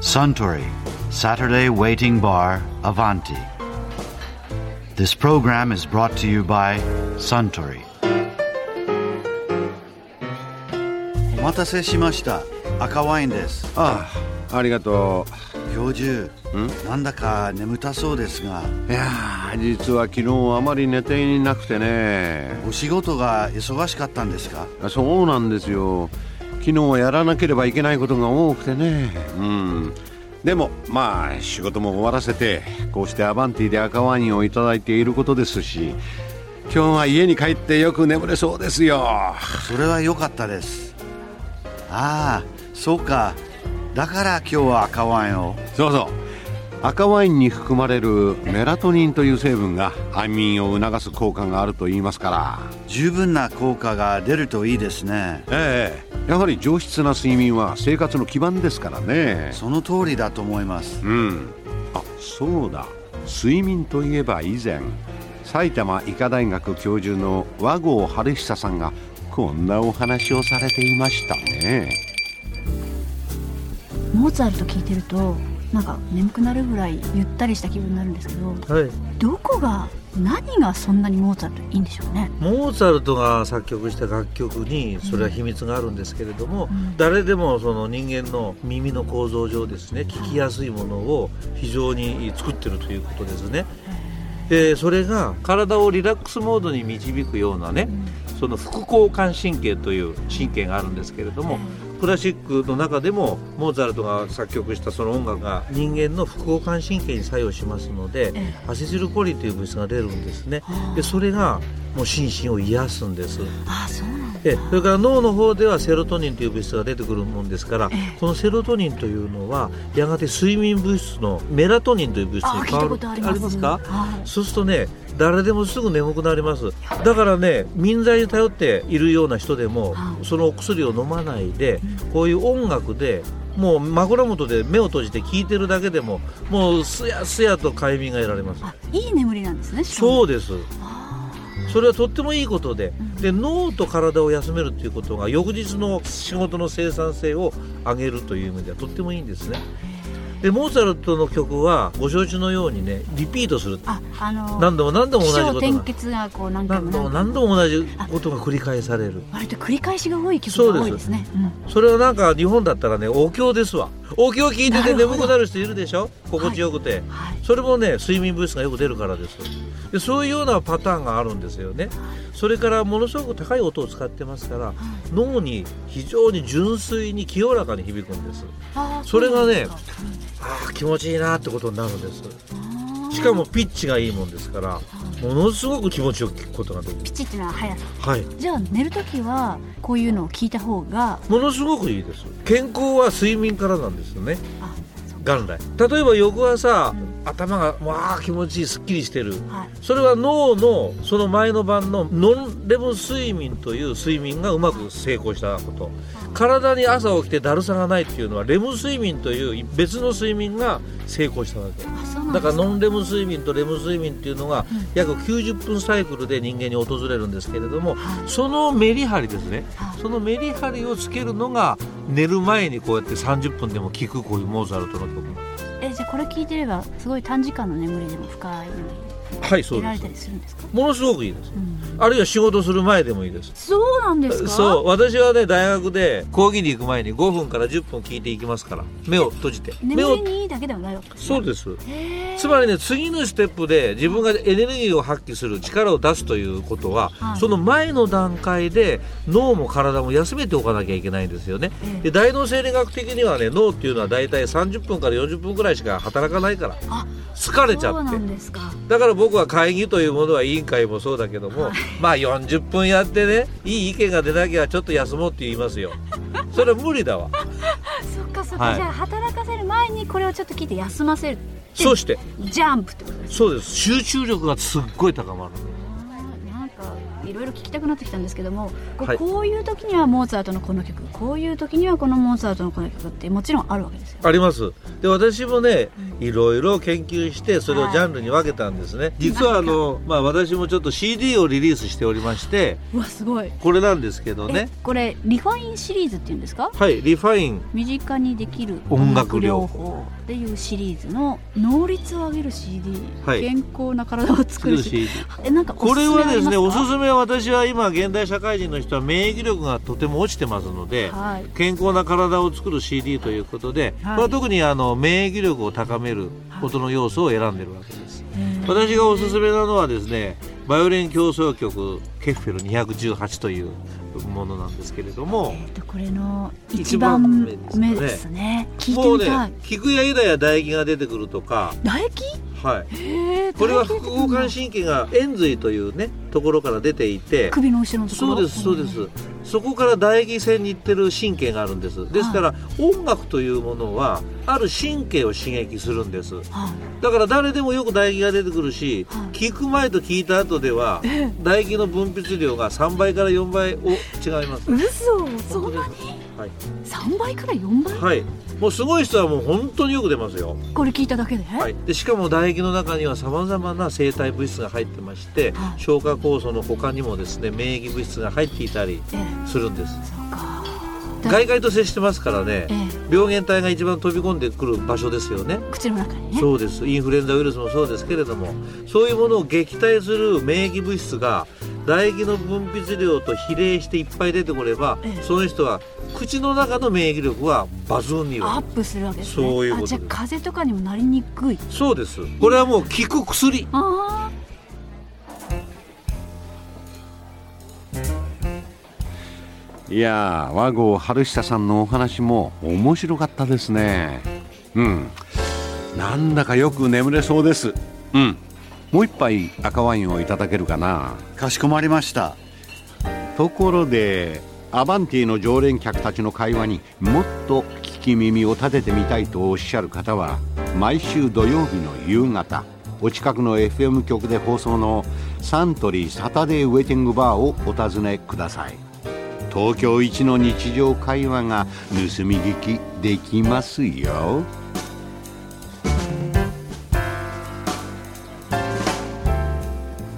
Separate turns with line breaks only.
Suntory, Saturday Waiting Bar, Avanti. This program is brought to you by Suntory. お待たせしました。赤ワインです。
ああありがと
教授、なんだか眠たそうですが、
ういやあ実は昨日あまり寝ていなくてね
お仕事が忙しかったんですか
あそうなんですよ昨日はやらなければいけないことが多くてねうんでもまあ仕事も終わらせてこうしてアバンティで赤ワインをいただいていることですし今日は家に帰ってよく眠れそうですよ
それは良かったです。ああ、そうか。だから今日は赤ワインを。
そうそう赤ワインに含まれるメラトニンという成分が安眠を促す効果があると言いますから
十分な効果が出るといいですね
ええ、やはり上質な睡眠は生活の基盤ですからね
その通りだと思います
うんあそうだ睡眠といえば以前埼玉医科大学教授の和合春久さんがこんなお話をされていましたね
モーツァルト聞いてるとなんか眠くなるぐらいゆったりした気分になるんですけど
はい、
どこが何がそんなにモーツァルトいいんでしょうね
モーツァルトが作曲した楽曲にそれは秘密があるんですけれども、
ん
誰でもその人間の耳の構造上ですね聞きやすいものを非常に作ってるということですね。でそれが体をリラックスモードに導くようなねその副交感神経という神経があるんですけれどもクラシックの中でもモーツァルトが作曲したその音楽が人間の副交感神経に作用しますので
え
アセチルコリンという物質が出るんですね
あ
でそれがもう心身を癒すんです
あそうなんだ
でそれから脳の方ではセロトニンという物質が出てくるもんですから
ええ
このセロトニンというのはやがて睡眠物質のメラトニンという物質
あ
に
聞い
変わ
た
る
ことあります
ありますか
はい
そうするとね誰でもすぐ眠くなりますだからね民剤に頼っているような人でも
はい
そのお薬を飲まないでこういう音楽でもう枕元で目を閉じて聴いてるだけでももうすやすやと快眠が得られます
あいい眠りなんですね
そううですそれはとってもいいことでで脳と体を休めるということが翌日の仕事の生産性を上げるという意味ではとってもいいんですねでモーツァルトの曲はご承知のようにねリピートする
ああの
何度も何度も
起
同じ
承
こと
転
が
結がこう何回も
何度も何
も
度も同じことが繰り返される
割と繰り返しが多い曲が多いですねうん
それはなんか日本だったらねお経ですわお経聞いて
な
て
るほど
眠くなる人いるでしょ心地よくて、
はい
それもね睡眠物質がよく出るからですでそういうようなパターンがあるんですよねそれからものすごく高い音を使ってますから脳に非常に純粋に清らかに響くんです
あー
それが
そう
ね
なんですか
ああ気持ちいいなってことになるんです
あー
しかもピッチがいいもんですからものすごく気持ちよく聞くことができる
ピチっていうのは速さ
はい
じゃあ寝るときはこういうのを聞いた方が
ものすごくいいです健康は睡眠からなんですよね
あそう
元来例えば翌朝、
う
頭がもうあー気持ちいいすっきりしてる
はい
それは脳のその前の晩のノンレム睡眠という睡眠がうまく成功したこと体に朝起きてだるさがないっていうのはレム睡眠という別の睡眠が成功したわけ
あそうなんで
だ
す
からノンレム睡眠とレム睡眠っていうのが約90分サイクルで人間に訪れるんですけれども
はい
そのメリハリですね
はい
そのメリハリをつけるのが寝る前にこうやって30分でも聴くこういうモーツァルトの曲
えじゃあこれ聞いてればすごい短時間の眠りでも深い眠り
はいそ
得
う
られた
です
りするんですか
ものすごくいいです
うん
あるいは仕事する前でもいいです
そうなんですか
そう私はね大学で講義に行く前に5分から10分聞いていきますから目を閉じて目
眠
を
りにいいだけではないわけ
そう
す
です
ねへー
つまりね次のステップで自分がエネルギーを発揮する力を出すということは、
はい
その前の段階で脳も体も休めておかなきゃいけないんですよね、
ええ
で大脳生理学的にはね脳っていうのは大体30分から40分ぐらいしか働かないから
あ
疲れちゃ
そう
っ
な
て
んですか
だから僕は会議というものは委員会もそうだけども、
はい
まあ40分やってねいい意見が出なきゃちょっと休もうって言います よそれは無理だわ
そっかそっか、
はい
じゃあ働かせる前にこれをちょっと聞いて休ませる
そして
ジャンプってことです
そうです集中力がすっごい高まる
あーなんかいろいろ聞きたくなってきたんですけどもこう,、
はい
い、こういう時にはモーツァルトのこの曲こういう時にはこのモーツァルトのこの曲ってもちろんあるわけですよ
ありますで私もねいろいろ研究してそれをジャンルに分けたんですね、実はあの、まあ、私もちょっと CD をリリースしておりまして
うわすごい
これなんですけどね
えこれリファインシリーズっていうんですか
はいリファイン
身近にできる
音楽療法
っていうシリーズの能率を上げる CD、
はい
健康な体を作る CD
CD
えなんかお
こ
す
れ
すめあ
はで
りますす
ね
か
おすすめは私は今現代社会人の人は免疫力がとても落ちてますので、
はい
健康な体を作る CD ということで、
はい
これは特にあの免疫力を高めることの要素を選んでるわけです、
えー
私がおすすめなのはですねバイオリン競争曲ケッフェル218というものなんですけれども
えっとこれの
一
一
番
番
目
目
で
ですすね聞
もう
いて
ね
みたい、
菊や枝や唾液が出てくるとか、
唾液
はい、
えー
これは
唾
副
液
交感神経が延髄というねところから出ていて
首の後ろのところ
そうですそうです、そこから唾液腺に行ってる神経があるんですですから、音楽というものはある神経を刺激するんです
はい
だから誰でもよく唾液が出てくるし、
はい
聞く前と聞いた後では
えー
唾液の分泌量が3倍から4倍を違います
嘘そ
本
ん
当
な
で
に
すはい、
3倍から4倍
はい、もうすごい人はもう本当によく出ますよ、
これ聞いただけで、
はい、でしかも唾液の中にはさまざまな生体物質が入ってまして、
はい
消化酵素の他にもですね免疫物質が入っていたり
えー
するんです
そうかだ
外界と接してますからね
えー
病原体が一番飛び込んでくる場所ですよね
口の中にね
そうですインフルエンザウイルスもそうですけれどもそういうものを撃退する免疫物質が唾液の分泌量と比例していっぱい出てこれば、
ええ
その人は口の中の免疫力は抜群にいい
アッ
わ
プするわけですね
そういうこと
あ
です
じゃあ風邪とかにもなりにくい
けそうですこれはもう効く薬
あ
いやー和合春久さんのお話も面白かったですねうんなんだかよく眠れそうですうんもう一杯赤ワインをいただけるかな
かしこまりました
ところでアバンティの常連客たちの会話にもっと聞き耳を立ててみたいとおっしゃる方は毎週土曜日の夕方お近くの FM 局で放送のサントリーサタデーウェイティングバーをお尋ねください東京一の日常会話が盗み聞きできますよ